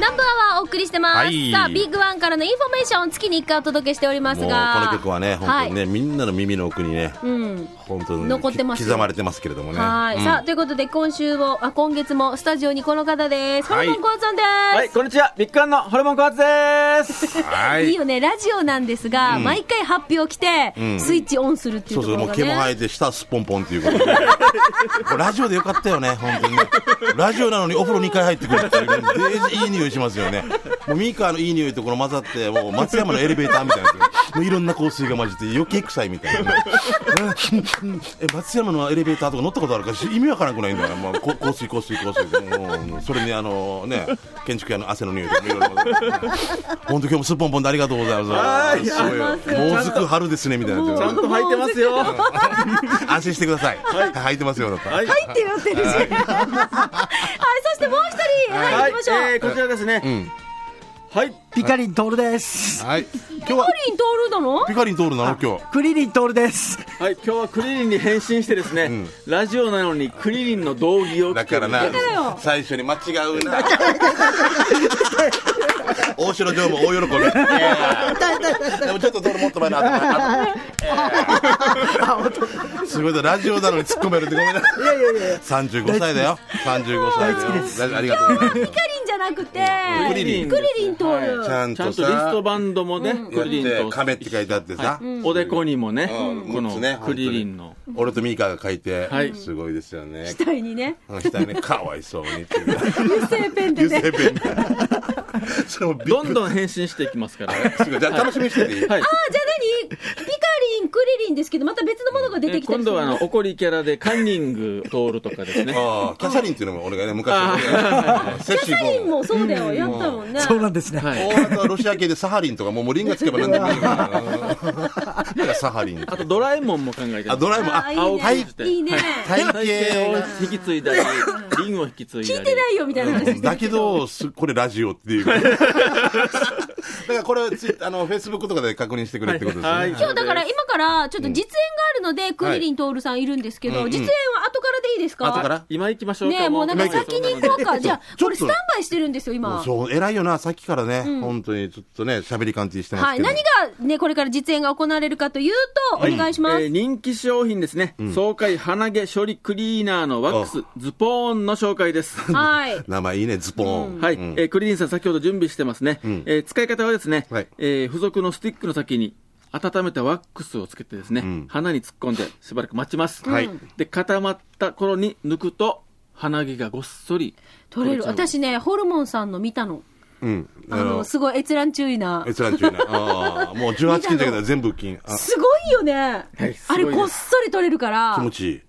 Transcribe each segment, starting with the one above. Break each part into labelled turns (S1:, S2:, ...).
S1: ナンバーはお送りしてます、
S2: はい
S1: さあビッグワンからのインフォメーション月に一回お届けしております
S2: もうこ
S1: が
S2: の曲はね、本当にね、みんなの耳の奥にね、
S1: い、うん
S2: 本当に
S1: 残ってますよ
S2: 刻まれてますけれどもね。
S1: はい、
S2: うん
S1: さあということで今週もあ今月もスタジオにこの方ですホ
S2: は
S1: ル
S2: い
S1: モンコーさんです、、
S3: はい、こんにちは。ビッグワンのホルモンコーツです。
S2: は
S1: い
S2: いい。
S1: よねラジオなんですが、毎回発表来て、
S2: ん
S1: スイッチオンするっていう
S2: そう
S1: とこ
S2: そ
S1: ろ
S2: う、もう
S1: が
S2: 毛も生
S1: ね
S2: えて、舌すっぽんぽんっていうこと で。これラジオでよかったよね、本当にね。ラジオなのにお風呂2回入ってくるっていうね、でいい匂いしますよね。もうミカのいい匂いとこの混ざって、もう松山のエレベーターみたいな。もういろんな香水が混じって余計臭いみたいなね。 え、松山のエレベーターとか乗ったことあるかし意味わからなくないんだよな。まあ、こ香水、香水、香水。もうそれにあのね、建築家の汗の匂いとかもいろいろ混ざって。本当今日もすっぽんぽんでありがとうございます。
S3: はい
S2: すごいよもうずく春ですね、みたいな。
S3: ちゃんと履いてますよ。
S2: 安心してください。はい、履いてますよ、だったら。
S3: はい。
S1: 入ってるってるし はいそしてもう一人はい、
S3: はい
S1: 行きましょう、
S3: えーこちらですね。
S2: ん
S3: はい。
S4: ピカリン徹です。
S2: はい。今日は
S1: プリン通るなの
S2: ピカリン通るなの、今日。
S4: クリリン徹です。
S3: はい、今日はクリリンに変身してですね、
S2: ん
S3: ラジオなのにクリリンの道着を着て
S2: だからな
S1: からよ、
S2: 最初に間違うな。大城城も大喜び。でもちょっとどれもっと前の頭頭すごいラジオなのに突っ込めるってごめんな。
S4: いやいやいや。
S2: 35歳だよ。35歳だよ。
S4: 大好きです
S2: ラジオありがとうございま
S1: ピカリンじゃなくて
S2: クリリン
S1: クリリン通る、
S3: はい
S2: す。ちゃん
S3: ちゃ
S2: と
S3: んとリスト
S2: さ、
S3: バンドもね、
S2: や
S3: ク
S2: っ
S3: リリン
S2: て、
S3: と、
S2: 亀って書いてあってさ。
S3: おでこにもね、
S2: うん
S3: この
S2: グッズね
S3: クリリンの。
S2: 俺とミーカーが書いて、
S3: はい
S2: すごいですよね。
S1: 額にね
S2: 下にね、かわいそうにっていう。
S1: 油性ペンで
S2: 油
S1: ね
S2: 性ペンで。それもびっ
S3: どんどん変身していきますから。は
S2: すごいじゃあ楽しみにしてていい、
S3: い。
S1: あじゃあ何ピカリンクリリンですけどまた別のものが出
S3: え
S1: て
S3: ー
S1: きたり
S3: 今
S1: する
S3: 度はあの怒りキャラでカンニング通るとかですね。
S2: ああ、キャサリンっていうのも俺がね、昔俺がセクシ
S1: キャサリン
S2: ボン。
S1: もそうだよ、やったもんね。
S4: そうなんですね。
S3: はい。
S2: 大型はロシア系でサハリンとか、もうもうリンがつけば何でもいいよ な。サハリン。
S3: あとドラえもんも考えてま
S2: あ、
S3: す。
S2: ドラえもん、
S1: あ
S2: あ、
S1: い
S3: 青
S1: い
S3: く
S1: ね
S3: し。て
S1: いいね。
S2: 体
S3: 体型
S2: 型
S3: を引き継いだり、リンを引き継いだり。
S1: 聞いてないよみたいな話して
S2: だ
S1: る
S2: けど、すこれラジオって いう。だからこれツイ、あの、フェイスブックとかで確認してくれってことですね。
S3: はい
S1: 今日だから今からちょっと実演があるので、クリリントールさんいるんですけど、
S2: はいうんうん
S1: 実演は後からでいいですか
S2: 後から
S3: 今行きましょうか。
S1: ねえ、もうなんか先に行こうか。じゃあ、
S2: ちょ
S1: こ
S2: っと
S1: れスタンバイしてるんですよ、今。
S2: そう、偉いよな、さっきからね、本当にちょっとね、喋り感じしてま
S1: は
S2: す
S1: い。
S2: けど。
S1: 何がね、これから実演が行われるかというと、お願いしま
S3: えー
S1: す。
S3: 人気商品ですね、爽快鼻毛処理クリーナーのワックス、ズポーンの紹介です。 は
S1: はい。
S2: 名前いいね、ズポーン。
S3: い、えークリリンさん、先ほど準備してますね、えー使い方はですね、
S2: はい
S3: えー付属のスティックの先に温めたワックスをつけて、ですね、鼻に突っ込んでしばらく待ちます、
S2: はい
S3: で固まった頃に抜くと、鼻毛がごっそり
S1: 取れる。
S3: 取れち
S1: 私ね、ホルモンさんの見たの。
S2: うん。
S1: あの、すごい閲覧注意な。
S2: 閲覧中ね。ああ、もう18金だけど全部金。あ、
S1: すごいよね。
S3: はいす
S1: あ
S3: ごい
S1: れ、
S3: です
S1: こっそり取れるから。
S2: 気持ちいい。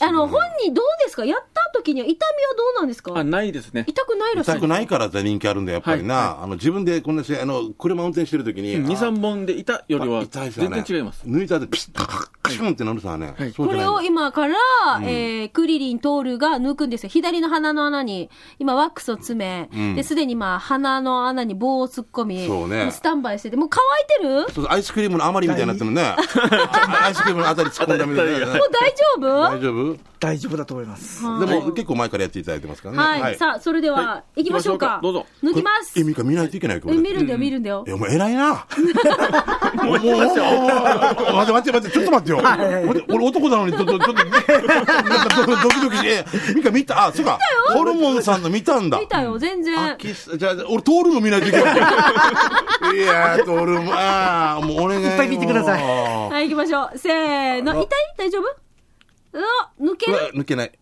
S1: あの、本人どうですかやった時には痛みはどうなんですか
S3: ゃうあないですね、
S1: 痛くないらしい。
S2: 痛くないからって人気あるんだよ、やっぱりな。あの、自分でこんなし、あの、車運転してる時に。
S3: 2、
S2: あ
S3: 3本でいたよりは
S2: 痛いですよ
S3: 全
S2: ね。
S3: 然違 います。
S2: 抜いた後、ピシッ、カシュンってなるさね。
S3: はい
S2: そう
S1: こ
S2: じゃ
S1: れ
S2: な
S1: を
S2: い。
S1: 今から、えークリリン・トールが抜くんですよ。左の鼻の穴に、今ワックスを詰め、
S2: ん
S1: で、すでにまあ鼻の穴に棒を突っ込み、
S2: そうね
S1: もスタンバイしてて、もう乾いてる
S2: そうアイスクリームの余りみたいになってるね。アイスクリームのあたり突っ込んだみたいな
S1: も。
S2: ね
S1: う大丈夫
S2: 大丈夫
S4: 大丈夫だと思います。
S2: でも、結構前からやっていただいてますからね。
S1: はい、さあ、それでは
S3: は、
S1: 行
S3: い
S1: きましょうか。
S3: 行きましょうか
S1: どうぞ。抜きます。
S2: え、ミカ見ないといけないこ
S1: え
S2: れ。
S1: 見るんだよ、見るんだよ
S2: い。や、お前偉いな。もう、もう、もう、待って待って待って、ちょっと待ってよ。待って俺男なのに、ちょっと、ちょっと、なんかドキドキして、えミカ見た、あ、そうか、ホルモンさんの見たんだ。
S1: 見たよ、全
S2: あ
S1: 然。
S2: キスじゃあ、俺、通るの見ないといけない。いやー、通るも、あーもうお願い。
S4: いっぱい見てください
S2: もう
S1: はい、行きましょう。せーの。痛い大丈夫うお抜け
S2: う
S1: る
S2: わ、抜けない。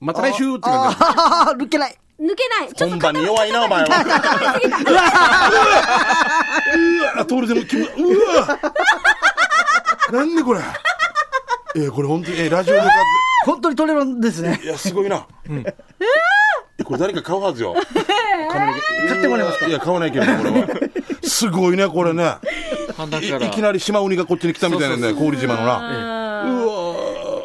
S2: また来週って感じ。
S4: ああ、抜けない。
S1: 抜けない。ちょっと
S2: 本番に弱いな、お前は。うわ、通るでも気持ち、うわ。なんでこれ。えー、これ本当に、えー、ラジオでかって。
S4: 本当に取れるんですね。
S2: いや、すごいな。えこれ誰か買うはずよ。買ってもらえますかいや、買わないけど、これは。すごいね、これね。
S3: 鼻から
S2: いいきなり島鬼がこっちに来たみたいなんだよ、氷島のな。
S1: うわ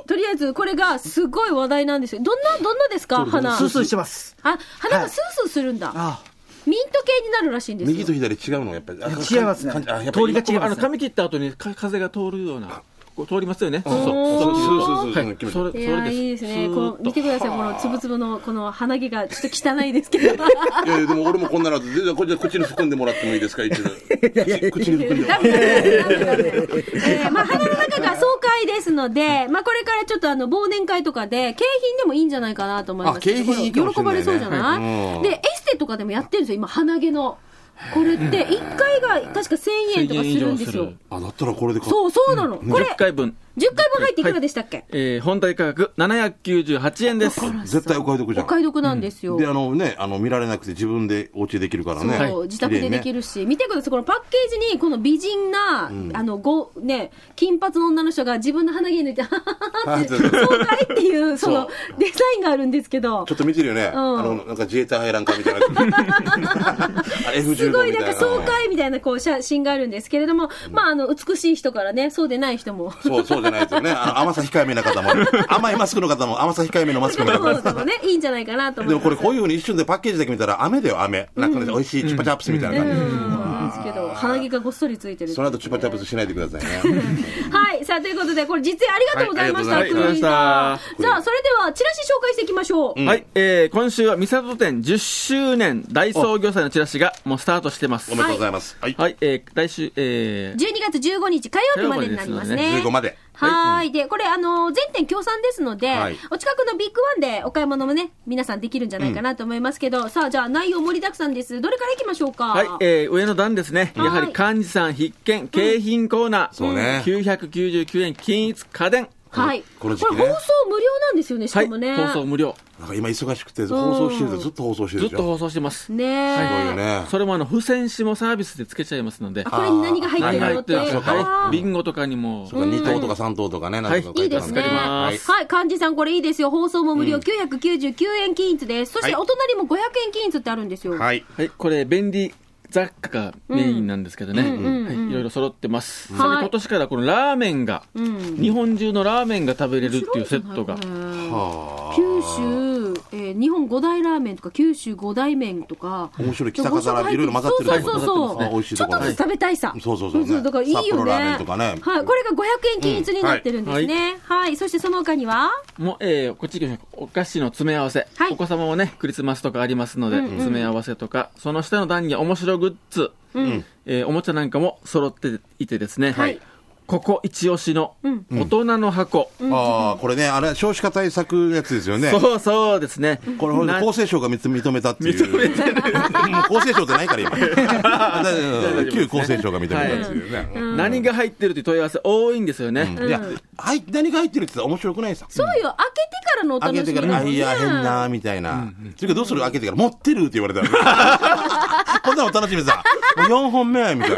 S1: とりあえず、これがすごい話題なんですよ。どんな、どんなですか花。
S4: スースーしてます。
S1: あ、鼻がスースーするんだ。
S4: あ
S1: ミント系になるらしいんですよ。
S2: 右と左違うのやっぱり。あ
S4: 違いますね
S2: 感じあやっぱり
S4: 通りが違いますね
S3: あの髪切った後にか風が通るような。こう通りますよね。
S2: そうそうそうそうそうそう
S3: はい
S2: 決めた
S3: それそ
S1: い
S3: れ
S1: やー
S3: です。
S1: いいですね
S3: スーッ
S1: この
S3: と
S1: 見てくださいこのつぶつぶのこの鼻毛がちょっと汚いですけど
S2: いやいやでも俺もこんなのあってでじゃあこっちで口に含んでもらってもいいですか一度口口に含んでもら
S1: ダ
S2: っ
S1: メ
S2: て
S1: ダメダメダメえーまあ、花の中が爽快ですので、まあ、これからちょっとあの忘年会とかで景品でもいいんじゃないかなと思います
S2: あ景品いいかもし
S1: 喜
S2: れ
S1: ば
S2: ないね
S1: れそうじゃない、
S2: はいうん
S1: でエステとかでもやってるんですよ今鼻毛のこれって1回が確か1000円とかするんです
S3: 1000円以上
S1: よ
S3: する
S2: あだったらこれで買
S1: そうそうなの、これ
S3: 10回分。
S1: 10回分入っていくらでしたっけ、
S3: えー本体価格798円です。
S2: 絶対お買い得じゃ
S1: お
S2: ん
S1: 買い得なんですよ、
S2: であのねあの見られなくて自分でお家できるからね
S1: そう、自宅ででき
S2: る
S1: るし、見てください、このパッケージに、この美人な、あの、ご、ね、金髪の女の人が自分の鼻毛抜いて、 はははって、
S2: あそうそ
S1: 爽快っていう、その、デザインがあるんですけど
S2: ちょ、っと見てるよね、
S1: ん
S2: あのなんか自衛隊入らんかみたいな あれ F15 みたいな
S1: すごいなんか爽快みたいな、こう、写真があるんですけれども、まあ、あの、美しい人からね、そうでない人も。
S2: そうそうじゃないですよねあの甘さ控えめな 方も甘いマスクの方も甘さ控えめのマスクの
S1: そ
S2: 方
S1: う
S2: も
S1: でもね、いいんじゃないかなと思
S2: で
S1: い
S2: も
S1: ます。
S2: これこういうふうに一瞬でパッケージだけ見たら飴だよ飴なんかね美味しいチュッパチャップスみたいな感じ、
S1: うん、ですけど、鼻毛がごっそりついてる。
S2: その後チュッパチャップスしないでくださいね
S1: はい。さあ、ということで、これ実演ありがとうございました、
S2: はいあり
S1: ク
S2: がとう
S1: ーリ
S3: ござい
S1: ー
S3: ま
S1: さ
S3: した
S1: ん。じゃあ、それでは、チラシ紹介していきましょう。
S3: はい、えー今週は三郷店10周年大創業祭のチラシがもうスタートしてます
S2: お。めでとうございますはい、
S3: はい、えー来週、えー
S1: 12月15日火曜日までになります
S3: 火曜
S1: ね。
S2: 15まで
S1: はーい。で、これ、あのー、全店協賛ですので、
S2: はい
S1: お近くのビッグワンでお買い物もね、皆さんできるんじゃないかなと思いますけど、さあ、じゃあ内容盛りだくさんです。どれからいきましょうか。
S3: はい、えー上の段ですね。や
S1: はい
S3: はり漢字さん必見、景品コーナー。
S2: そうね
S3: 999円均一家電。
S1: はい
S2: こ
S1: こ
S2: の
S1: れ
S2: 時期ね
S1: 放送無料なんですよね、し
S3: は
S1: か
S3: い、
S1: もね。
S3: 放送無料。
S2: なんか今忙しくて放送してるとずっと放送してる
S3: ずっ
S2: でしょ
S3: と放送してます。
S1: ねえ、
S2: すごいよね
S3: それもあの、付箋紙もサービスでつけちゃいますので
S1: あ、。これに何が入ってるのって。
S2: あそうか
S1: あ
S3: は
S1: ー
S3: い、ビンゴとかにも。
S2: そうか2等とか3等とかね、なんか
S3: はい
S1: い
S2: 書
S1: いで
S2: ある
S1: す
S2: ん
S1: ね。
S3: 助か
S1: は
S3: りま
S1: い、
S3: す
S1: 漢字さんこれいいですよ。放送も無料、999円均一です。そして
S2: はい
S1: お隣も500円均一ってあるんですよ。
S2: はい。
S3: はい、これ便利雑貨がメインなんですけどね、
S1: うん
S3: はい、いろいろ揃ってます、
S1: ん
S3: それで
S1: はい
S3: 今年からこのラーメンが、
S1: ん
S3: 日本中のラーメンが食べれるっていうセットが、
S2: はあ
S1: 九州、えー日本五大ラーメンとか九州五大麺とか
S2: 面白い北風ラーメンいろいろ混ざってる
S1: そうそうそう
S2: はい混ざってますねあ美
S1: そう
S2: 味しい
S1: ち
S2: と
S1: ょっ
S2: ころ
S1: とずつ食べたいさ、
S2: そうそうそうね
S1: だからいいよね
S2: 札幌ラーメンとかね
S1: はい、これが500円均一になってるんですね、はい、そしてその他には
S3: もう、えーこっち行きましょうお菓子の詰め合わせ、
S1: はい
S3: お子様もねクリスマスとかありますので、詰め合わせとかその下の段には面白グッズ、えーおもちゃなんかも揃っていてですね、
S1: はい
S3: ここ一押しの大人の箱、
S2: ああ、これね、あれ、少子化対策のやつですよね。
S3: そうそうですね
S2: これ、
S3: な
S2: 厚生省が認め認めたっていう。もう厚生省ってないから、今。だ から旧厚生省が認めたっていうね。うん
S3: 何が入ってるという問い合わせ多いんですよね、
S2: いや、はい、何が入ってるって言ったら面白くないですか
S1: そうよ、開けてからのお
S2: 開
S1: 楽し
S2: け
S1: み
S2: てから、あ、いや、変な、みたいな。それからどうする開けてから、持ってるって言われた ら。こんなの楽しみさ。もう4本目みたい な。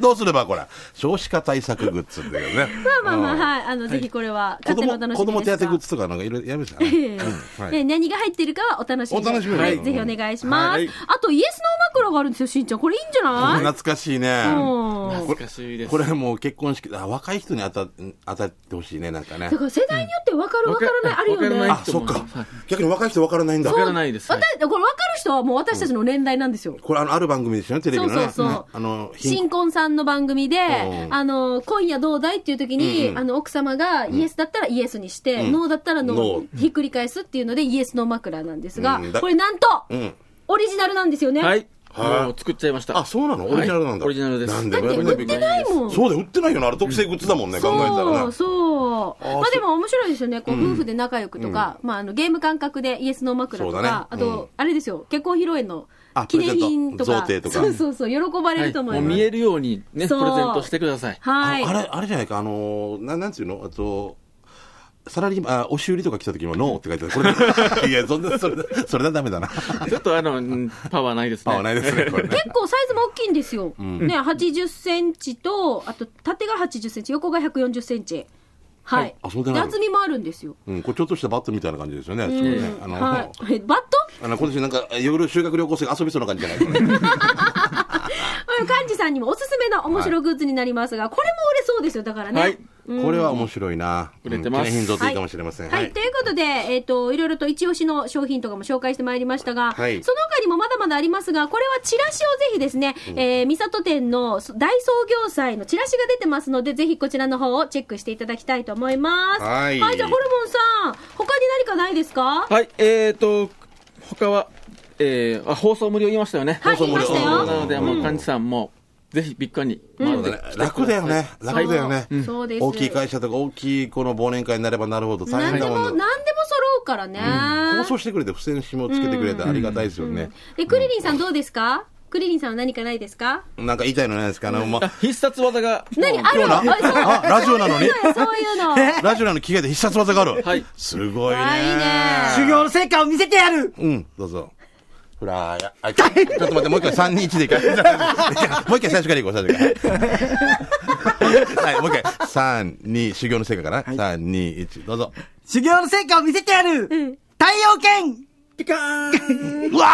S2: どうすればこれ少子化対策グッズだけどね。
S1: まあまあまあはいあの、ぜひこれは買
S2: 子
S1: ってのお
S2: 供
S1: 楽しみです
S2: 子供手当グッ
S1: ズ
S2: ズとかなんかいろいろやめてたね。うんはい
S1: ね、何が入ってるかはお楽しみで
S2: お楽しみで
S1: はい、ぜひお願いします、
S3: はい
S1: あとイエスノー枕があるんですよしんちゃんこれいいんじゃない、
S2: 懐かしいね。
S1: うん
S3: 懐かしいです
S2: これもう結婚式、あ、若い人に当た、当たってほしいね、なんかね
S1: だ。から世代によって分かる分からないあるよね、
S3: わかる
S2: あ、そっか。逆に若い人分からないんだ
S3: わ。からないです。
S1: わたこれ分かる人はもう私たちの年代なんですよ。
S2: これあの、ある番組ですよね、テレビのね。
S1: そうそうそう
S2: あの、
S1: 新婚さんの番組で、
S2: うん
S1: あの、今夜どうだいっていう時に、あの、奥様がイエスだったらイエスにして、ノーだったらノ
S2: ノ
S1: ー、ひっくり返すっていうので、イエスの枕なんですが、
S2: うんだ
S1: これなんと、
S2: ん
S1: オリジナルなんですよね。
S3: はい。
S2: はい
S3: もう作っちゃいました。
S2: あ、そうなのオリジナルなんだ。
S3: はいオリジナルです
S2: なん
S1: だ
S2: で
S1: って
S2: みんな
S1: 売
S2: び
S1: っ
S2: く
S1: て
S2: り
S1: ないもん。
S2: そうだよ、売ってないよな。あれ特製グッズだもんね、考えたら
S1: そ
S2: ね
S1: う。そう。
S2: あー
S1: まあでも面白いですよね。こう、夫婦で仲良くとか、まああの、ゲーム感覚でイエスノー枕と
S2: そ
S1: か、
S2: うだね
S1: あ
S2: う
S1: と、あれですよ、結婚披露宴の
S2: あ
S1: 記念品とか、
S2: プレゼント贈呈とか
S1: そうそうそう、喜ばれ
S3: は
S1: る
S3: い
S1: と思
S3: もう
S1: います。
S3: 見えるようにね、プ
S1: そう
S3: レゼントしてください。
S1: はい。
S2: ああれ、あれじゃないか、あのー、ななんていうのあと、サラリーマン、あ、押し売りとか来た時もノーって書いてある。 これ、いや、そんな、それ、それはダメだな。
S3: ちょっとあの、うんパワーないです
S2: 合
S3: ね。
S2: わないですね、これね。
S1: 結構サイズも大きいんですよ。ね、80センチと、あと縦が80センチ、横が140センチ。はい。
S2: はいあそうでな
S1: で
S2: い
S1: 厚みもあるんですよ。
S2: うん、これちょっとしたバットみたいな感じですよね。そうねあの、
S1: はい。えバット
S2: あの今年なんか、いろいろ修学旅行生が遊びそうな感じじゃないですか、ね。
S1: うん幹事さんにもおすすめの面白グッズになりますが、これも売れそうですよ、だからね。
S3: はい
S2: これは面白いな。
S3: 売れてます
S2: うん記念品ぞといいかもしれません。
S1: はい、ということで、えっ、と、いろいろと一押しの商品とかも紹介してまいりましたが、
S2: はい
S1: その他にもまだまだありますが、これはチラシをぜひですね、えー、三郷店のそ大創業祭のチラシが出てますので、ぜひこちらの方をチェックしていただきたいと思います。
S2: はい
S1: じゃあ、ホルモンさん、他に何かないですか
S3: はい、えーと、他は、えー、あ、放送無料言いましたよね。
S1: はい、言い
S2: 無
S1: ま
S2: 料
S1: した
S2: 放送
S1: よ。
S3: なので、もう、幹事さんも、ぜひ、ビッグカンに
S2: そ
S3: 回っ
S2: う
S3: て
S2: だね
S3: きてくさい、
S2: 楽だよね。楽だよね。
S1: そうそうです。
S2: 大きい会社とか大きいこの忘年会になればなるほど大
S1: 何
S2: 変
S1: で
S2: だ
S1: も、
S2: も
S1: 何
S2: ん
S1: で
S2: ね。
S1: も揃うからね。
S2: 放送してくれて、付箋紙もつけてくれてありがたいですよね。
S1: で、クリリンさんどうですかクリリンさんは何かないですか
S2: なんか言いたいのないですかね。ほんま
S3: あ必殺技が、
S1: 何ある
S2: 今日な
S1: あそう
S2: あラジオなの
S1: そう
S2: に
S1: いう の。そういうの
S2: ラジオなのに着替えて必殺技がある。
S3: はい
S2: すごいね。
S1: あいいね
S4: 修行の成果を見せてやる
S2: うん、どうぞ。フラーや。あ、ちょちょっと待って、もう一回3、2、1でいいか。 もう一回最初からいこう、最初 から。はい、もう一回。3、2、修行の成果かな。3、2、1、どうぞ。
S4: 修行の成果を見せてやる、太陽剣
S2: ピカーンうわ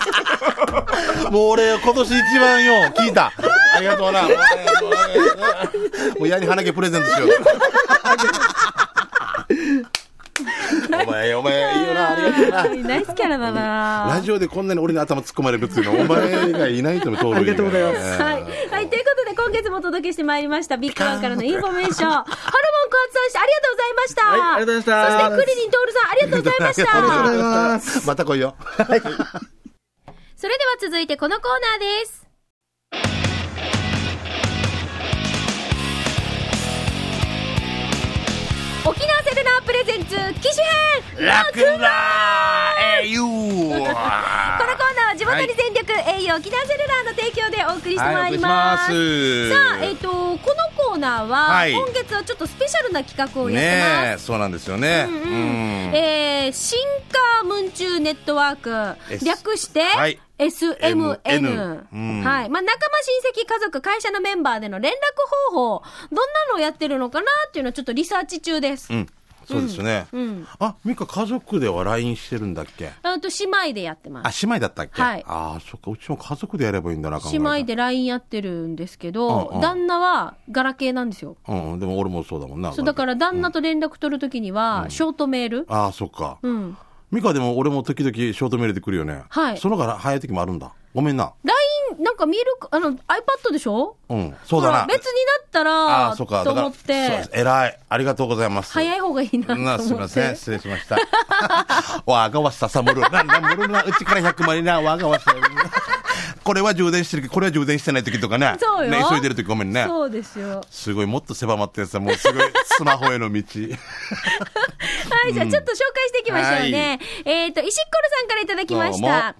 S2: ーもう俺、今年一番よ、聞いた。ありがとうな。もうねもう矢に鼻毛プレゼントしよう。お前、お前、いいよな、ありがとうな。
S1: ナイスキャラだな
S2: ラジオでこんなに俺の頭突っ込まれるっていうのは、お前以外いないと思う、ありがとうございま す。
S1: はい、はい、ということで今月もお届けしてまいりましたビッグワンからのインフォメーション ハルモン小松さんしてありがとうございました、
S3: はいありがとうございました
S1: そしてクリリン徹さんありがとうございまし
S2: ありがとうござい
S1: た
S2: ます。また来いよ。
S1: それでは続いてこのコーナーです沖縄セルラープレゼンツ機種編
S2: ラクラー au!
S1: このコーナーは地元に全力、栄養沖縄セルラーの提供でお送りしてまいります、
S2: す
S1: さあ、えっ、と、このコーナーは、
S2: はい
S1: 今月はちょっとスペシャルな企画をやってます。
S2: ねえ、そうなんですよね。う
S1: うん
S2: ん
S1: えー、シンカームンチューネットワーク、
S2: S
S1: 略して、
S2: はい
S1: SMN、
S2: うん
S1: はいまあ、仲間、親戚、家族、会社のメンバーでの連絡方法、どんなのをやってるのかなっていうのをちょっとリサーチ中です。
S2: うん。そうですよね。
S1: うん
S2: あ、ミカ家族では LINE してるんだっけ
S1: あと姉妹でやってま
S2: あ、
S1: す。
S2: 姉妹だったっけ
S1: はい
S2: ああ、そっか、うちも家族でやればいいんだな、考え
S1: 姉
S2: たら
S1: 妹で LINE やってるんですけど、
S2: うんうん
S1: 旦那はガラケーなんですよ。
S2: うん、でも俺もそうだもんな。
S1: そうだから旦那と連絡取るときには、ショートメール、
S2: ああ、そっか。
S1: うん、
S2: ミカでも俺も時々ショートメールで来るよね。
S1: はい
S2: その方が早い時もあるんだ。ごめんな。
S1: LINE、なんか見えるか、あの、iPad でしょ
S2: うん、そうだな。
S1: ほら別になった
S2: あ
S1: ら、
S2: あ、そっか。
S1: と
S2: だから、
S1: 思っ
S2: そうで
S1: て
S2: す、偉い。ありがとうございます。
S1: 早い方がいいなと思
S2: な
S1: って。
S2: すみません。失礼しました。わがわしたさもる。なんだもるな。うちから100万にな。わがわした。これは充電してるけど、これは充電してない時とかね。
S1: そうよ
S2: ね、急いでる時ごめんね。
S1: そうですよ。
S2: すごい、もっと狭まったやつはもうすごい、スマホへ の道。
S1: はい、じゃあちょっと紹介していきましょうね。えっと、石ころさんからいただきまし
S2: どうも
S1: た。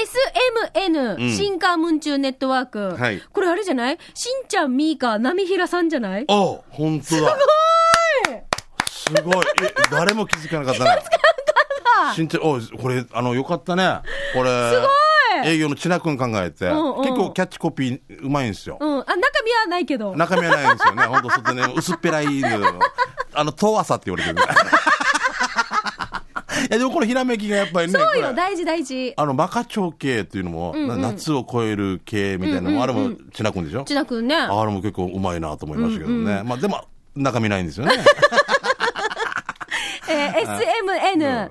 S1: SMN、新カームンチューネットワーク。
S2: はい
S1: これあれじゃないしんちゃん、みーか、なみひらさんじゃない
S2: ああ、本当だ。すごい。すごい。え誰も気づかなかったな。しんちゃん、おいこれ、あの、よかったね。これ。す
S1: ごい
S2: 営業の千奈君考えて、
S1: うんうん
S2: 結構キャッチコピーうまいんですよ。
S1: うん。あ、中身はないけど。
S2: 中身はないんですよね。ほんと、そってね、薄っぺらいのよ。あの、遠浅って言われ てる。いや、でもこのひらめきがやっぱりね。
S1: そう
S2: こ
S1: よ、
S2: れ
S1: 大事大事。
S2: あの、馬鹿長系っていうのも、な夏を超える系みたいなのも、あれも千奈君でしょ
S1: ちなくんね。
S2: あれも結構うまいなと思いましたけどね。まあでも、中身ないんですよね。
S1: えー SMN。まさに南部アワ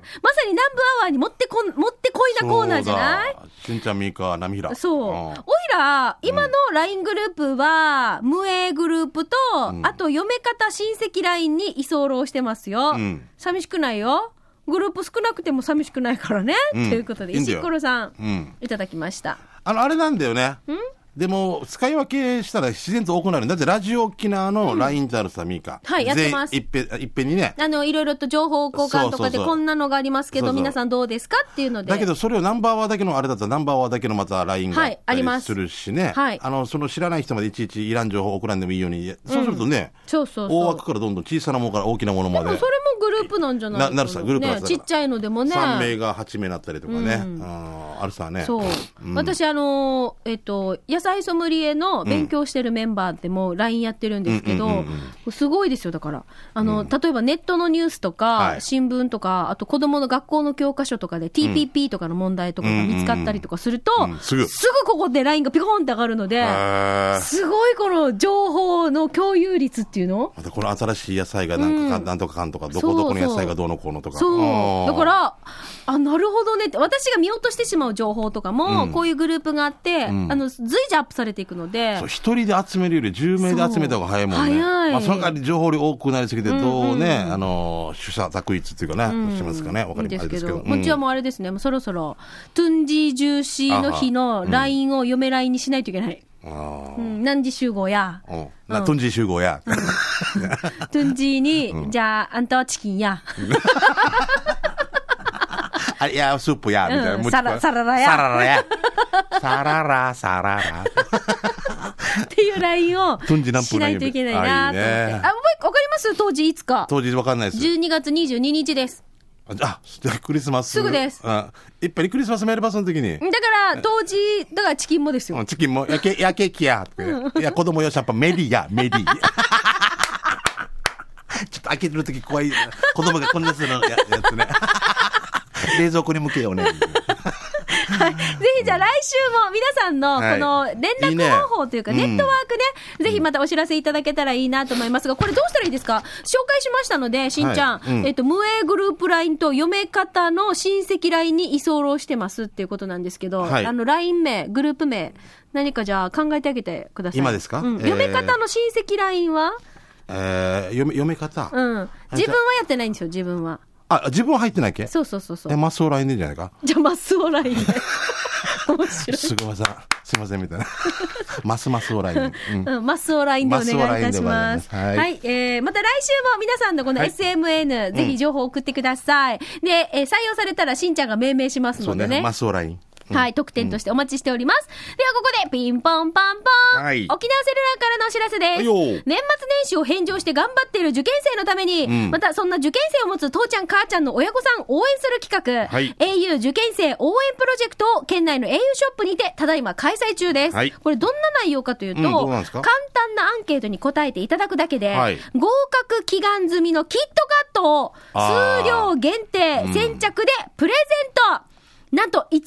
S1: ーに持ってこん、持ってこいなコーナーじゃない
S2: そうだしんちゃん、みーか、なみひら。
S1: そう。
S2: ん
S1: おいら、今の LINE グループは、無営グループと、あと、嫁方親戚 LINE に居候してますよ。
S2: ん
S1: 寂しくないよ。グループ少なくても寂しくないからね。
S2: うん
S1: ということで、
S2: いいんだよ
S1: 石ころさん、
S2: うん
S1: いただきました。
S2: あの、あれなんだよね。でも、使い分けしたら自然と多くなる。だって、ラジオ沖縄の LINE ってあるさ、ミーか。
S1: はいやってます
S2: 全員いっぺん、いっぺんにね。
S1: あの、いろいろと情報交換と
S2: そうそ
S1: か
S2: う
S1: で、
S2: そう
S1: こんなのがありますけ
S2: そう
S1: ど、
S2: そう
S1: 皆さんどうですかっていうので。
S2: だけど、それをナンバーワーだけのあれだったら、ナンバーワーだけのまた LINE が
S1: は
S2: あ
S1: い
S2: った
S1: ありま
S2: り
S1: す
S2: するしね。
S1: はい
S2: あの、その知らない人までいちいちいらん情報を送らんでもいいように。そうするとね、
S1: そうそうそう。
S2: 大枠からどんどん小さなものから大きなものま
S1: でも
S2: で
S1: そ。れもグループなんじゃないか
S2: ななるさグループなん
S1: ね
S2: です
S1: ちっちゃいのでもね。
S2: 3名が8名になったりとかね。
S1: うん
S2: あーあるさね。
S1: そう。
S2: うん
S1: 私、あのーえっと、野菜菜ソムリエの勉強してるメンバーでも LINE やってるんですけ
S2: うんう
S1: ど
S2: んうんうん、
S1: すごいですよ、だから。あの、例えばネットのニュースと
S2: は
S1: か、
S2: い
S1: 新聞とか、あと子供の学校の教科書とかで TPP とかの問題とかが見つかったりとかすると
S2: うんうんうんうん、すぐ
S1: ここで LINE がピコンって上がるので、
S2: へー
S1: すごいこの情報の共有率っていうの
S2: またこの新しい野菜がなんかか、なんとかかんとか、どこどこの野菜がどうのこうのとか。
S1: そう。だか
S2: あ
S1: ら、あ、なるほどねって、私が見落としてしまう情報とかも、
S2: うん
S1: こういうグループがあって、
S2: ん
S1: あの、随時アップされていくので
S2: ー。そう一人で集めるより10名で集めた方が早いもんね。
S1: そう早い
S2: まあ、その代わり情報量多くなりすぎて、どうね、あの、取捨択一っていうか
S1: うん
S2: ね、しますかね。わか
S1: いい
S2: りますあれですけど。
S1: こっちは
S2: うん
S1: もうあれですね、もうそろそろ、トゥンジージューシーの日
S2: あは
S1: の
S2: うん
S1: LINE を嫁 LINE にしないといけない。
S2: あ
S1: う
S2: ー
S1: ん、何時集合や、
S2: うん。な、トンジ集合や。
S1: トゥンジーに、じゃあ、あんたはチキンや、
S2: あいや、スープや、みたいな。
S1: うん
S2: もう
S1: サラサララや
S2: サララや。 サララ、サララ。
S1: っていう LINE を、
S2: トゥンジ何分
S1: しないといけないなと思っ
S2: あいい
S1: て。
S2: ね
S1: あ、もう一個わかります当時いつか。
S2: 当時わかんないです。
S1: 12月22日です。
S2: あ、じゃあクリスマス。
S1: すぐです
S2: うん。いっぱいクリスマスメールバスの時に
S1: だ。から、当時、だからチキンもですよ
S2: う。んチキンも、やけ、やけきや。いや、子供よし、やっぱメリや、メ リ。ちょっと開けてる時怖い。子供がこんなするのややつね。冷蔵庫に向けようね。
S1: はい。 ぜひじゃあ来週も皆さんの
S2: はい
S1: この連
S2: いいね
S1: 絡方法というか
S2: うん
S1: ネットワークね、ぜひまたお知らせいただけたらいいなと思いますが、これどうしたらいいですか紹介しましたので、しんちゃん、
S2: はいうん
S1: えっと、無営グループ LINE と嫁方の親戚 LINE に居候してますっていうことなんですけど、
S2: はい
S1: あの、LINE 名、グループ名、何かじゃあ考えてあげてください。
S2: 今ですか
S1: うん
S2: えー
S1: 嫁方の親戚 LINE は
S2: えー、嫁、嫁方。
S1: うん。自分はやってないんですよ、自分は。
S2: あ、自分は入ってないっけ
S1: そうそうそうそ
S2: え、
S1: う。
S2: マスオラインでんじゃないか
S1: じゃあ、マスオ LINE で。 面白い。
S2: すごいさん、すいません、みたいな。 ますますオライン。うん
S1: うん、マスオラインでお願いいたします。
S2: マスオラインでございます
S1: は、
S2: はい
S1: えー、また来週も皆さんのこの SMN、ぜひ情報を送ってください。で、えー採用されたらしんちゃんが命名します
S2: そ
S1: の
S2: う
S1: で
S2: ね、
S1: ね。
S2: マスオライン。
S1: はい、特典としてお待ちしております。では、ここで、ピンポンパンポン、
S2: はい
S1: 沖縄セルラーからのお知らせ
S2: は
S1: で
S2: い
S1: す。
S2: よ
S1: 年末年始を返上して頑張っている受験生のために、
S2: ん
S1: また、そんな受験生を持つ父ちゃん、母ちゃんの親御さん応援する企画、
S2: はい
S1: au 受験生応援プロジェクトを県内の au ショップにて、ただいま開催中です。
S2: はい
S1: これ、どんな内容かというと、
S2: うんどうなんですか
S1: 簡単なアンケートに答えていただくだけで、
S2: はい
S1: 合格祈願済みのキットカットを、
S2: あー
S1: 数量限定、先着でプレゼント、なんと1万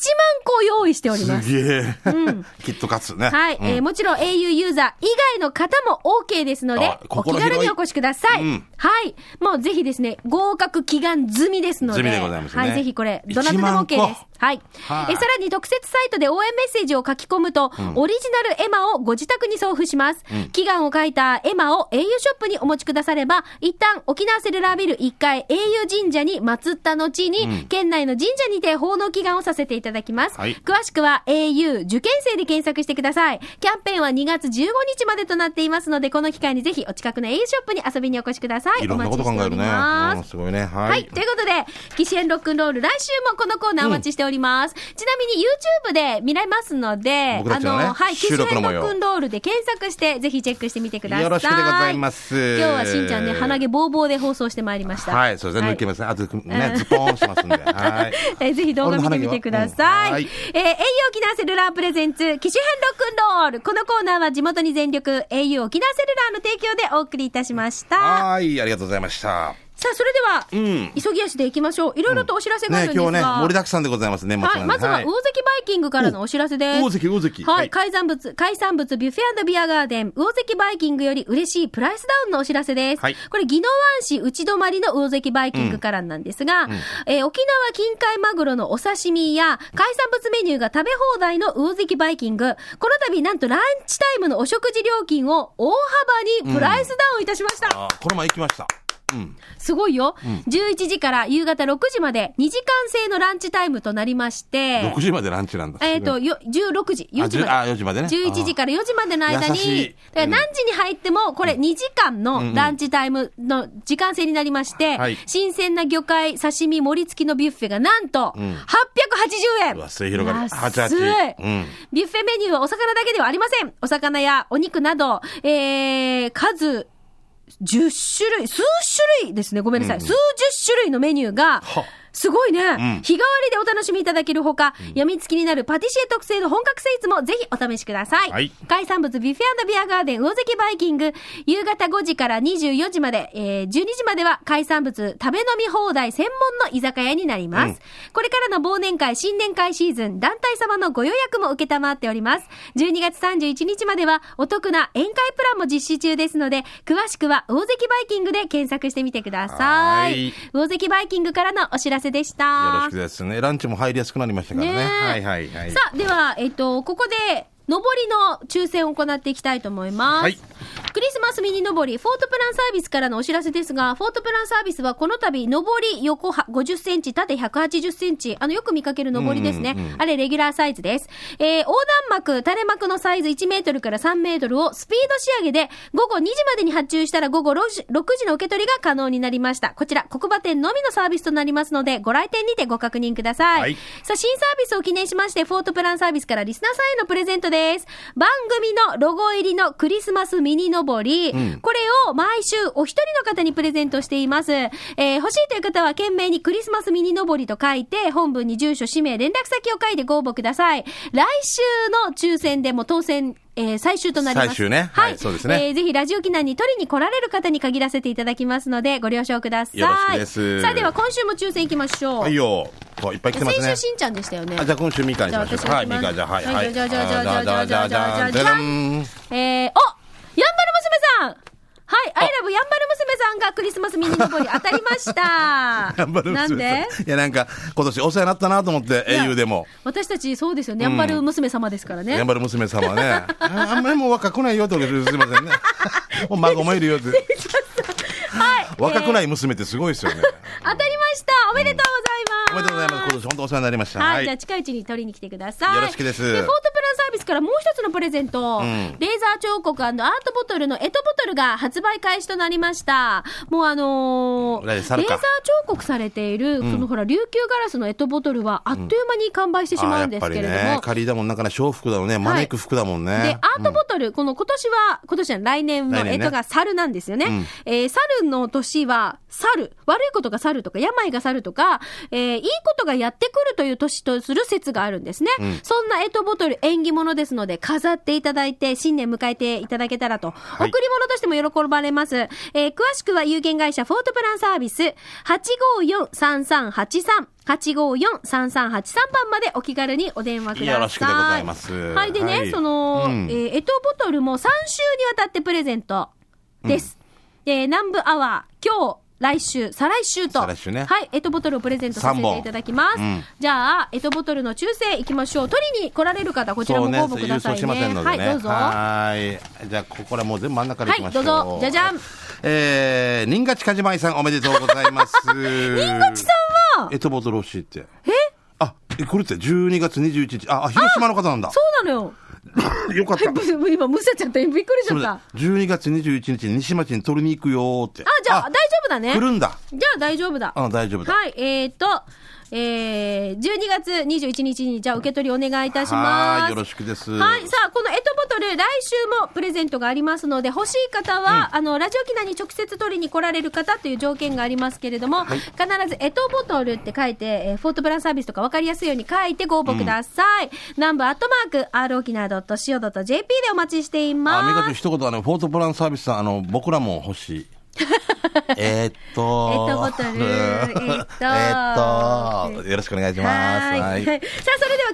S1: 個用意しております。
S2: すげえ。 キットカツね。
S1: はい、えーもちろん au ユーザー以外の方も OK ですので
S2: あ、
S1: お
S2: 心
S1: 気
S2: 広い
S1: 軽にお越しください。
S2: うん
S1: はい。もうぜひですね、合格祈願済みですので。
S2: 済みでございますね
S1: はい、ぜひこれ、どなたでも OK
S2: 1万
S1: です。はい。
S2: はい
S1: えーさらに特設サイトで応援メッセージを書き込むと、オリジナル絵馬をご自宅に送付します。祈願を書いた絵馬を au ショップにお持ちくだされば、一旦沖縄セルラービル1階 au 神社に祀った後に、県内の神社にて奉納祈願をさせていただきます。
S2: はい
S1: 詳しくは au 受験生で検索してください。キャンペーンは2月15日までとなっていますので、この機会にぜひお近くの au ショップに遊びにお越しください。
S2: いろんなこと考える
S1: お待ちしており
S2: ね。
S1: ます
S2: うんすごいね。
S1: は。
S2: はいい
S1: と。いうことで、岸園ロックンロール、来週もこのコーナーお待ちしております。ちなみに YouTube で見られますので、
S2: 僕たちのね
S1: はい、岸
S2: 収
S1: 園ロ
S2: 録の模様
S1: ックンロールで検索して、ぜひチェックしてみてください。。
S2: よろしくでございますす。
S1: 今日はしんちゃんね、鼻毛ぼうぼうで放送してまいりました。
S2: はい、そうですね。抜けますね。あと、ね、ズポーンしますんで。はい。
S1: えーぜひ動画見てみてください。
S2: 俺の鼻毛はうんはい
S1: えー、au 沖縄セルラープレゼンツ、機種編ロックンロール。このコーナーは地元に全力、au 沖縄セルラーの提供でお送りいたしました。
S2: はい、ありがとうございました。
S1: さあ、それでは、
S2: ん
S1: 急ぎ足でいきましょう。いろいろとお知らせがあ
S2: ね
S1: るん、ですが、
S2: 今日ね、盛りだくさんでございますね、年末
S1: は、
S2: ない
S1: ま
S2: んで
S1: ずは魚関バイキングからのお知らせです。
S2: お魚関魚関
S1: はい、
S2: はい
S1: 海産物、海産物ビュッフェビアガーデン、魚関バイキングより嬉しいプライスダウンのお知らせです。
S2: はい
S1: これ、宜野湾市内泊りの魚関バイキングからなんですが、えー沖縄近海マグロのお刺身や、海産物メニューが食べ放題の魚関バイキング。この度、なんとランチタイムのお食事料金を大幅にプライスダウンいたしました。
S2: あーこの前行きました。うん。
S1: すごいよ、11時から夕方6時まで2時間制のランチタイムとなりまして。
S2: 6時までランチなんだ。
S1: えっ、と、よ、16時、4時まで。
S2: あじゅあ4時までね
S1: 11時から4時までの間
S2: 優しい
S1: に、だから何時に入っても、これ2時間のランチタイムの時間制になりまして、
S2: はい
S1: 新鮮な魚介、刺身、盛り付きのビュッフェがなんと、880円、
S2: うわ末広がり
S1: 安い
S2: 88うん
S1: ビュッフェメニューはお魚だけではありません。お魚やお肉など、えー、数、10種類、数種類ですね。ごめんなさい。数十種類のメニューが、すごいね、
S5: ん
S1: 日替わりでお楽しみいただけるほか、やみつきになるパティシエ特製の本格スイーツもぜひお試しください。
S5: はい
S1: 海産物ビュッフェビアガーデン魚関バイキング、夕方5時から24時まで、えー12時までは海産物食べ飲み放題専門の居酒屋になります。これからの忘年会、新年会シーズン、団体様のご予約も受けたまっております。12月31日まではお得な宴会プランも実施中ですので、詳しくは魚関バイキングで検索してみてくださ
S5: はいい。
S1: 魚関バイキングからのお知らせでした。
S5: よろしくですね。ランチも入りやすくなりましたからね。
S1: ねえ
S5: はいはいはい。
S1: さあ、では、えっと、ここで、上りの抽選を行っていきたいと思います。
S5: はい
S1: クリスマスミニ上り、フォートプランサービスからのお知らせですが、フォートプランサービスはこの度、上り横は50センチ、縦180センチ、あの、よく見かける上りですね。あれ、レギュラーサイズです。えー、横断幕、垂れ幕のサイズ1メートルから3メートルをスピード仕上げで、午後2時までに発注したら午後6時 ,6 時の受け取りが可能になりました。こちら、黒馬店のみのサービスとなりますので、ご来店にてご確認ください。
S5: はい
S1: さあ、新サービスを記念しまして、フォートプランサービスからリスナーさんへのプレゼントです。番組のロゴ入りのクリスマスミニのぼり、これを毎週お一人の方にプレゼントしています。えー欲しいという方は懸命にクリスマスミニのぼりと書いて、本文に住所、氏名、連絡先を書いてご応募ください。来週の抽選でも当選、えー最終となります。
S5: 最終ねはいそうですね
S1: えーえーぜひラジオ機内に取りに来られる方に限らせていただきますので、ご了承ください。
S5: よろしくです
S1: さあ、では今週も抽選いきましょう。
S5: はいよ。そういっぱい来てます
S1: 先
S5: ね
S1: 週。しんちゃんでしたよね。
S5: あじゃあ今週ミカにしましょう
S1: じゃあ私
S5: か。は
S1: も
S5: い、ミ
S1: 行きま
S5: カ
S1: す
S5: じゃあ、はい、
S1: はいじゃあじゃあじゃあじゃあじゃあじゃあじゃあじゃあじゃあじゃあ
S5: じゃじゃん。
S1: えー、おやんばる娘さんはい、アイラブやんばる娘さんがクリスマスミニのぼり当たりました。
S5: 頑張る娘
S1: なんで
S5: いや、なんか、今年お世話になったなと思って、
S1: いや
S5: 英雄でも。
S1: 私たちそうですよね。やんばる娘様ですからね。
S5: 頑張る娘 様ね。ああんまりもう若くないよって言われてすいませんね。もう孫もいるよって。
S1: はい。、
S5: 若くないい娘ってすごいですよね。
S1: 当たりましたおめでとう
S5: お
S1: ございます、
S5: めでとうございます。今年本当お世話になりました。
S1: はい、
S5: はい。
S1: じゃあ近いうちに取りに来てください。
S5: よろしくです
S1: で、フォートプランサービスからもう一つのプレゼント、
S5: ん
S1: レーザー彫刻アートボトルのエトボトルが発売開始となりました。もうあのー
S5: 来
S1: レー
S5: 年
S1: ザー
S5: 去る
S1: 彫
S5: か
S1: 刻されている、そのほら、琉球ガラスのエトボトルはあっという間に完売してし
S5: あー
S1: まう
S5: や
S1: ん
S5: っ
S1: です
S5: ぱ
S1: けれ
S5: り
S1: ども。
S5: ね、仮だもん、なんかね、小服だもんね、招く服だもん
S1: で
S5: ね、。
S1: アートボトル、この今年は、今年じゃない来年の
S5: 来年ね
S1: 干支が猿なんですよね。えー猿の年は、猿、悪いことが猿とか、病が猿とか、えーいいことがやってくるという年とする説があるんですね。そんな干支ボトル、縁起物ですので、飾っていただいて、新年迎えていただけたらと、
S5: い
S1: 贈り物としても喜ばれます。えー詳しくは有限会社フォートプランサービス、854-3383、854-3383番までお気軽にお電話ください。
S5: よろしくでございます
S1: はい、でね、
S5: はい
S1: その、
S5: うん
S1: えー、エトボトルも3週にわたってプレゼントです。えー南部アワー、今日、来週、再来週と。
S5: 再来週ね
S1: はい、エトボトルをプレゼントさせて
S5: 三本
S1: いただきます。
S5: うん
S1: じゃあ、エトボトルの抽選いきましょう。取りに来られる方、こちら
S5: そ
S1: も
S5: う
S1: ご応
S5: ね、
S1: 募くだ
S5: 郵
S1: さ
S5: 送
S1: い
S5: し
S1: ね。
S5: ませんので
S1: はい、
S5: ね。
S1: どうぞ。は
S5: はい。じゃあ、ここらもう全部真ん中からいきましょ
S1: は
S5: う。
S1: いどうぞじゃじゃん。
S5: えー、リンガチカジマイさんおめでとうござ います。リンガチさ
S1: んは
S5: エトボトル欲しいって。えあ、えこれって12月21日。あ、あ広島の方なんだ。
S1: そうなのよ。
S5: よかった。
S1: ぶ 今、むせちゃった。びっくりしち
S5: そ
S1: ゃ
S5: う
S1: った。あ
S5: だ、12月21日に西町に取りに行くよーって。あ
S1: じゃあ、大丈夫だね。
S5: 来るんだ。
S1: じゃあ大丈夫だ。
S5: うん大丈夫だ
S1: はい、えー、っと、えー、12月21日に、じゃあ受け取りお願いいたします。
S5: はーいよろしくです
S1: はい、さあ、このエトボトル、来週もプレゼントがありますので、欲しい方は、あの、ラジオ機内に直接取りに来られる方という条件がありますけれども、必ずエトボトルって書いて、えーフォートブランサービスとか分かりやすいように書いてご応募ください。ナンバーアットマーク、r o k i n a c o j p でお待ちしてい
S5: あ、
S1: ます。
S5: みかく一言、あの、フォートプランサービスさん、あの、僕らも欲しい。えーっと。
S1: えーっとボトルえーっと
S5: えーっとよろしくお願いします。
S1: は。
S5: はい い
S1: さ。あ、それでは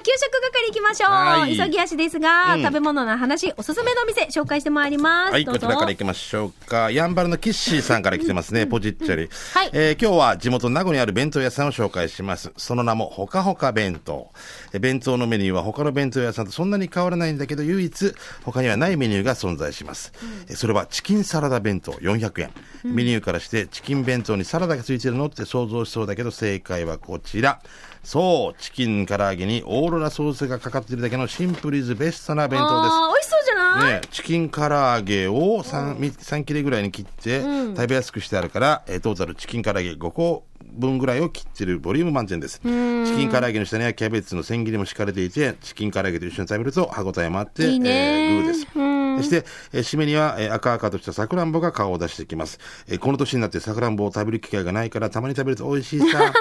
S1: 給食係行きましょ
S5: は
S1: う。
S5: い
S1: 急ぎ足ですが、
S5: うん
S1: 食べ物の話、おすすめのお店、紹介してまいります。
S5: はい、
S1: どう
S5: こち
S1: ぞ。
S5: らから行きましょうか。やんばるのキッシーさんから来てますね、ポジッチャリ。
S1: はい
S5: えー今日は地元名護にある弁当屋さんを紹介します。その名も、ほかほか弁当。えー弁当のメニューは他の弁当屋さんとそんなに変わらないんだけど、唯一、他にはないメニューが存在します。えーそれは、チキンサラダ弁当400円。メニューからして、チキン弁当にサラダがついてるのって想像しそうだけど、正解はこちら。そう、チキン唐揚げにオーロラソースがかかってるだけのシンプルイズベストな弁当です。
S1: あー美味しそうじゃない、
S5: ね、チキン唐揚げを 3, 3切れぐらいに切って食べやすくしてあるから、えートータルチキン唐揚げ5個分ぐらいを切ってるボリューム満点ですチキン唐揚げの下にはキャベツの千切りも敷かれていてチキン唐揚げと一緒に食べると歯ごたえもあって
S1: いいね
S5: えーグーですそして、えー締めには、えー赤々としたさくらんぼが顔を出してきます、えーこの年になってさくらんぼを食べる機会がないからたまに食べると美味しい さ、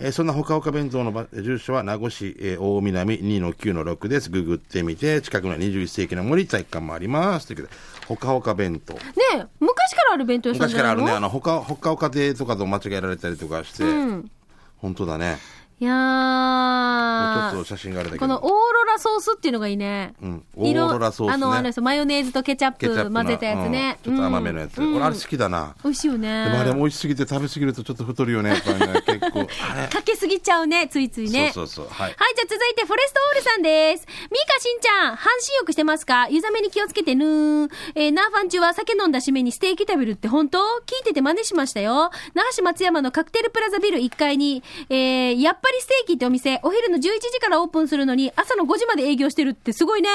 S5: えーそんなほかほか弁当のば住所は名護市、えー大南2-9-6ですググってみて近くの21世紀の森体育館もありますということでほかほか弁当
S1: え、昔からある弁当屋さん
S5: 昔
S1: じ
S5: か
S1: ゃない
S5: らあ
S1: の
S5: るねあのほかほかほか亭とかと間違えられたりとかして、
S1: うん。
S5: 本当だね
S1: いや
S5: もう
S1: ー
S5: ちょっと写真があれだけ
S1: こ
S5: ど
S1: のオーロラソースっていうのがいいね。
S5: うん
S1: 色
S5: オーロラソースね
S1: あの、あれですマヨネーズとケチャッ
S5: ケチャップ
S1: プ
S5: な
S1: 混ぜたやつね。
S5: うんちょっと甘めのやつ、
S1: うん
S5: 俺あれ好きだな、
S1: 美味しいよね。
S5: でもあれ美味しすぎて食べ過ぎるとちょっと太るよねやっぱりね結構あれ
S1: かけすぎちゃうね、ついつい ね。
S5: そうそうそうはい
S1: じゃあ続いて、フォレストオールさんです。ミーカしんちゃん、半身浴してますか湯冷めに気をつけてぬーん。えー、ナーファン中は酒飲んだ締めにステーキ食べるって本当聞いてて真似しましたよ。那覇市松山のカクテルプラザビル1階に、えー、やっぱりステーキってお店、お昼の11時からオープンするのに、朝の5時まで営業してるってすごいね。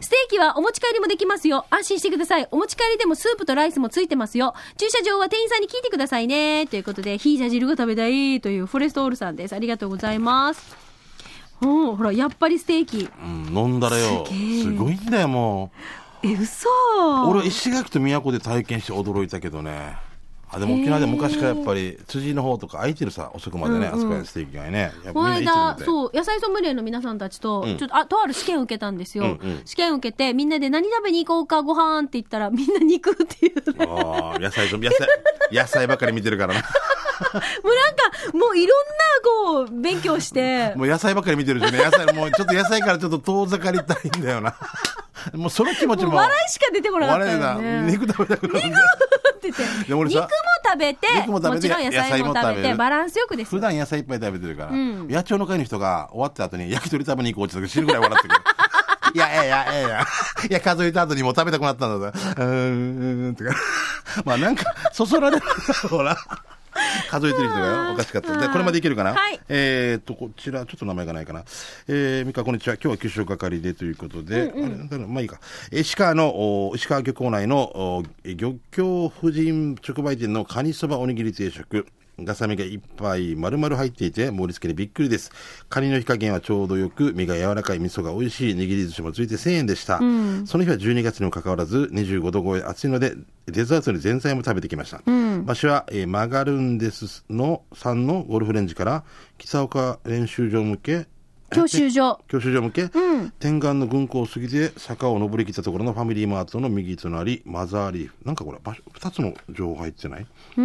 S1: ステーキはお持ち帰りもできますよ。安心してください。お持ち帰りでもスープとライスもついてますよ。駐車場は店員さんに聞いてくださいね。ということで、ヒージャ汁が食べたいというフォレストオールさんです。ありがとうございます。うん、ほら、やっぱりステーキ。
S5: うん飲んだらよ
S1: すげえ
S5: すごいんだよも
S1: え、嘘
S5: う俺は石垣と宮古で体験して驚いたけどねあでも沖縄で昔からやっぱり辻の方とか空いてるさ遅くまでね、あそこやステーキ街ねやっぱ
S1: この
S5: みんな行
S1: 間、
S5: ってるんで
S1: そう、野菜ソムリエの皆さんたちと、
S5: ん
S1: ちょっと、あ、とある試験を受けたんですよ。
S5: うんうん
S1: 試験を受けて、みんなで何食べに行こうか、ご飯って言ったら、みんな肉っていうね。
S5: あー野菜と野菜 野菜ばかり見てるからな
S1: もうなんか、もういろんな、こう、勉強して。
S5: もう野菜ばっかり見てるしね、野菜、もうちょっと野菜からちょっと遠ざかりたいんだよな。 もうその気持ち
S1: もう
S5: も。
S1: 笑いしか出てこなかった
S5: 笑え
S1: よ
S5: な
S1: ね。
S5: 肉食べたくなるんだよ。
S1: って言って
S5: でも 俺
S1: 肉
S5: さ
S1: も食べて
S5: 肉も食べて
S1: もちろん野菜も
S5: 野菜も
S1: 食
S5: 食
S1: べ
S5: べ
S1: て
S5: る
S1: バランスよくです
S5: 普
S1: よ
S5: 段野菜いっぱい食べてるから、
S1: ん
S5: 野鳥の会の人が終わった後に焼き鳥食べに行こうって言った時死ぬぐらい笑っ てくる。いやいやいやいやいや、いや数えた後にもう食べたくなったんだぞ。うーん、とか。 まあなんか、そそられる。ほら。数えてる人がよおかしかった。で、これまでいけるかな
S1: はい
S5: えーっと、こちら、ちょっと名前がないかな。えー、みか、こんにちは。今日は給食係でということで、あれなんだろうまあいいか。えー石川の、お石川漁港内の、お漁協婦人直売店のカニそばおにぎり定食。ガサミがいっぱい丸々入っていて盛り付けにびっくりです。カニの火加減はちょうどよく、身が柔らかい味噌が美味しい握り寿司もついて1000円でした。その日は12月にもかかわらず25度超え暑いので、デザートに前菜も食べてきました。場所は、えー曲がるんですの、さんのゴルフレンジから、北岡練習場向け、
S1: 教習所
S5: 教習所向け、天眼の軍港を過ぎて坂を登りきったところのファミリーマートの右隣マザーリーフなんかこれ場所2つの情報入ってない、え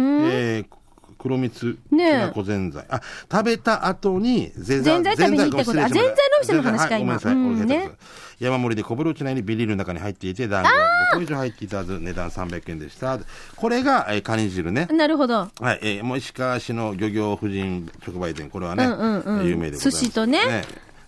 S5: ーく黒蜜き
S1: ねえ
S5: なこぜんざいあ食べた後にぜんざい
S1: ぜんざい食べに行ったこと
S5: ごめん失礼しました
S1: あぜんざいの人の話か
S5: ぜんざいはいごめんなさい、
S1: 今
S5: 俺が下手
S1: うんね
S5: 山盛りでこぼれ落ちないようにビニールの中に入っていて団子が5個以上入っていたはず値段300円でしたこれが、えー、カニ汁ね
S1: なるほど
S5: はい、えー、もう石川市の漁業婦人直売店これはね、
S1: うんうんうん
S5: 有名でございます
S1: 寿司とね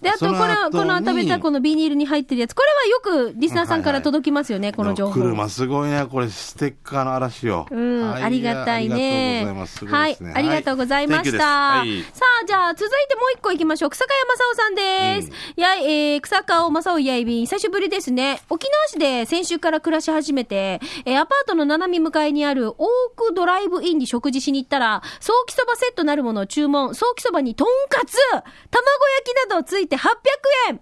S1: であと
S5: そ
S1: こ
S5: の
S1: れはこの
S5: 後に
S1: 食べたこのビニールに入ってるやつこれはよくリスナーさんか
S5: はいは
S1: ら
S5: い
S1: 届きますよねこの情報
S5: 車すごいね、これステッカーの嵐よ。
S1: うん、
S5: はい
S1: ありがたいね。
S5: ありがとうございます。すご
S1: はいい
S5: ですね、
S1: ありがとうございました。
S5: はい Thank you です
S1: さあ、じゃあ、続いてもう一個行きましょう。草加山正雄さんです。やい、えー、草加尾正雄やいびん、久しぶりですね。沖縄市で先週から暮らし始めて、えーアパートの斜め向かいにある、オークドライブインに食事しに行ったら、ソーキそばセットなるものを注文、ソーキそばにとんかつ、卵焼きなどついて800円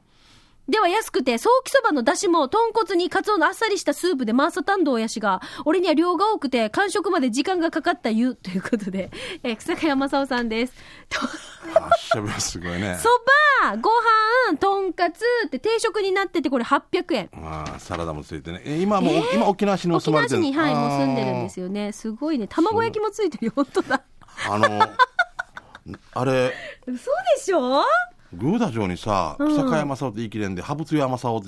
S1: では安くて、ソーキそばの出汁も豚骨にカツオのあっさりしたスープで回す担当やしが、俺には量が多くて、完食まで時間がかかったゆ、ということで、 えー草加山正夫さんです。 と
S5: はい。あしゃべりすごいね。
S1: そば、ご飯、豚カツって定食になってて、これ800円。
S5: まあ、サラダもついてね。え今もう、今沖縄市にお
S1: 沖
S5: 住ま
S1: 縄
S5: れて
S1: 市
S5: る
S1: に、はい、もう住んでるんですよね。すごいね。卵焼きもついてるよ、本当だ。
S5: あーあの、あれ、
S1: 嘘でしょ
S5: グーダ城にさ、
S1: ん
S5: 草加山さおって言い切れんで、羽生山さおっ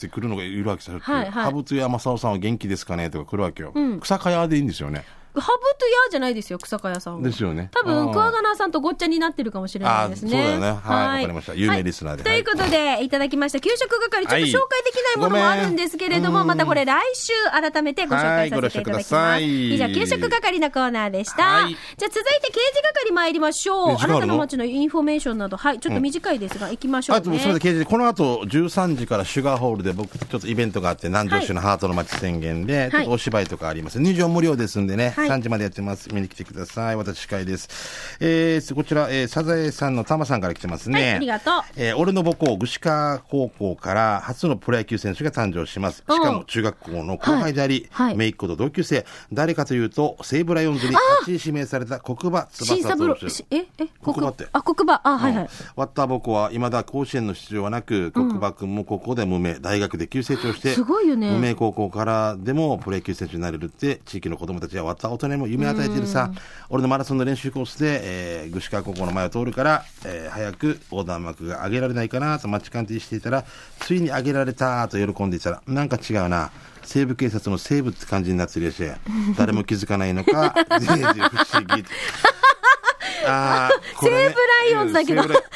S5: て来るのがいるわけさ。
S1: はいはい
S5: 羽生山さおさんは元気ですかねとか来るわけよ。
S1: ん
S5: 草加屋でいいんですよね。
S1: ハブとヤーじゃないですよ、草加屋さんは。
S5: ですよね。
S1: 多
S5: あ
S1: 分、
S5: ー
S1: クワガナーさんとごっちゃになってるかもしれないですね。
S5: あーそうだよねはいわかりました有名リスナーで
S1: はいということで、いただきました。給食係、ちょっと紹介できないものもあ
S5: はい
S1: るんですけれど
S5: ご
S1: も、
S5: めん
S1: またこれ来週改めてご紹介させていただきま
S5: は
S1: す。
S5: いご了承ください
S1: 以上、給食係のコーナーでした。
S5: はい
S1: じゃあ続いて刑事係参りましょう。
S5: え時
S1: あ
S5: 間
S1: なた
S5: あるの
S1: の街のインフォメーションなど、はい、ちょっと短いですが、行きましょう
S5: あ
S1: ね。
S5: とすみません、刑事この後13時からシュガーホールで僕、ちょっとイベントがあって、南城市のハートの街宣言
S1: い
S5: で、ちょっとお芝居とかあります。入場無料ですんでね、
S1: はい
S5: 3時までやってます。見に来てください。私、司会です。えー、こちら、えー、サザエさんのタマさんから来てますね。
S1: はいありがとう
S5: えー俺の母校、具志川高校から初のプロ野球選手が誕生します。し
S1: うん
S5: かも中学校の後輩であり、
S1: はいはい
S5: 姪っ子と同級生。誰かというと、西武ライオンズに8位指名された黒馬翼
S1: 新三郎
S5: 投手。、
S1: しえ、え、
S5: 黒板
S1: 黒
S5: って
S1: あ、黒板、あ、はいはい。
S5: ワッター母校は未だ甲子園の出場はなく、黒馬君も高校では無名、大学で急成長して、
S1: すごいよね
S5: 無名高校からでもプロ野球選手になれるって、地域の子供たちやワッター大人にも夢を与えているさ、俺のマラソンの練習コースで、えー、具志川高校の前を通るから、えー早く横断幕が上げられないかなと待ち鑑定していたら、ついに上げられたと喜んでいたら、なんか違うな。西部警察の西部って感じになってるやし、誰も気づかない のか、ぜいぜい不思議。あーこ
S1: 西武
S5: れね
S1: ライオンズだけど、
S5: うん 西
S1: 本
S5: 武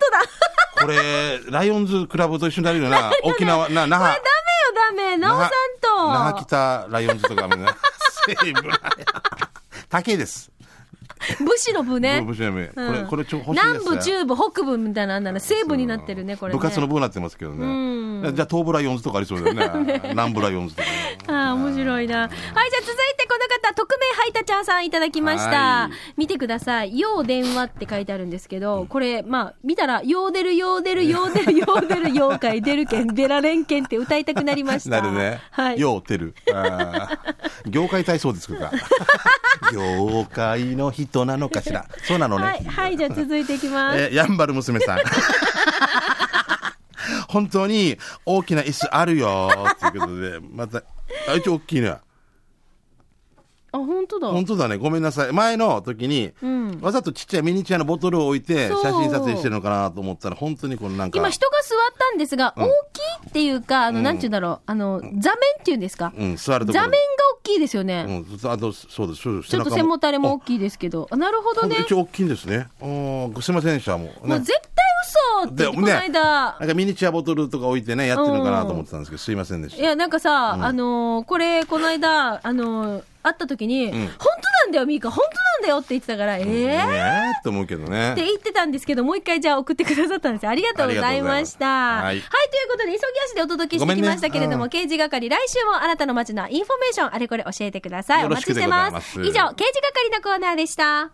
S1: 当
S5: ライ
S1: だ。
S5: これ、ライオンズクラブと一緒になる よな。沖縄、な、那覇。
S1: ダメよ、ダメ。なおさんと。
S5: 那覇北ライオンズと かもね。西武ライオン竹です。
S1: 武士の部ね。
S5: 武士の部これ
S1: うん
S5: これちょ欲しいですね
S1: 南部、中部、北部みたいなのあんなの西部になってるね、これ、ね。
S5: 部活の部になってますけどね。じゃあ東部ライオンズとかありそうだよ ね。南部ライオンズとかね。
S1: ああ、面白いな。はい、じゃあ続いてこの方、匿名ハイタチャーさんいただきまし
S5: は
S1: た
S5: い。
S1: 見てください。よう電話って書いてあるんですけど、これ、まあ、見たら、よう出る、よう出る、よう出る、よう出る、妖怪出るけ ん、出られんけんって歌いたくなりました。
S5: なるね。
S1: はい。
S5: ようてる。あー業界体操です か。業界の人なのかしら。そうなのね。
S1: はい、はい、じゃあ続いていきます。
S5: えーやんばる娘さん。本当に大きな椅子あるよということで、また、あ、一応大きいね。
S1: あ、本当だ。
S5: 本当だね。ごめんなさい。前の時に、
S1: ん
S5: わざとちっちゃいミニチュアのボトルを置いて、
S1: そう
S5: 写真撮影してるのかなと思ったら、本当にこのなんか、
S1: 今人が座ったんですが、大きいっていうか、あの、なんて言うんだろう、あの、座面っていうんですか、
S5: うん、座るとこ
S1: 座
S5: ろ
S1: 面が大きいですよね。
S5: うん、あと、そうです、そうです。
S1: ちょっと背もたれも大きいですけど。あなるほ
S5: あ
S1: どね。
S5: 一応大きいんですね。おーすいませんでした、もう。
S1: もう
S5: ね
S1: 絶対嘘って、
S5: で
S1: この間。
S5: なんかミニチュアボトルとか置いてね、やってるのかなと思ってたんですけど、すいませんでし
S1: い
S5: た。
S1: や、なんかさ、あのーこれ、この間、あのー会った時に、本当なんだよ、ミーカ、本当なんだよって言ってたから、え
S5: え
S1: えー
S5: えー、と思うけどね
S1: っ。て言ってたんですけど、もう一回じゃあ送ってくださったんですよ。ありがとうございました。
S5: あ
S1: はい、
S5: り
S1: と
S5: が
S1: いうことで、急ぎ足でお届けして
S5: ごめ
S1: き
S5: んね
S1: ましたけれども、
S5: うん
S1: 刑事係、来週もあなたの街のインフォメーション、あれこれ教えてください。
S5: よ
S1: お
S5: ろ
S1: 待
S5: し
S1: ち
S5: く
S1: し
S5: で
S1: て
S5: ござ
S1: ま
S5: います
S1: す。以上、刑事係のコーナーでした。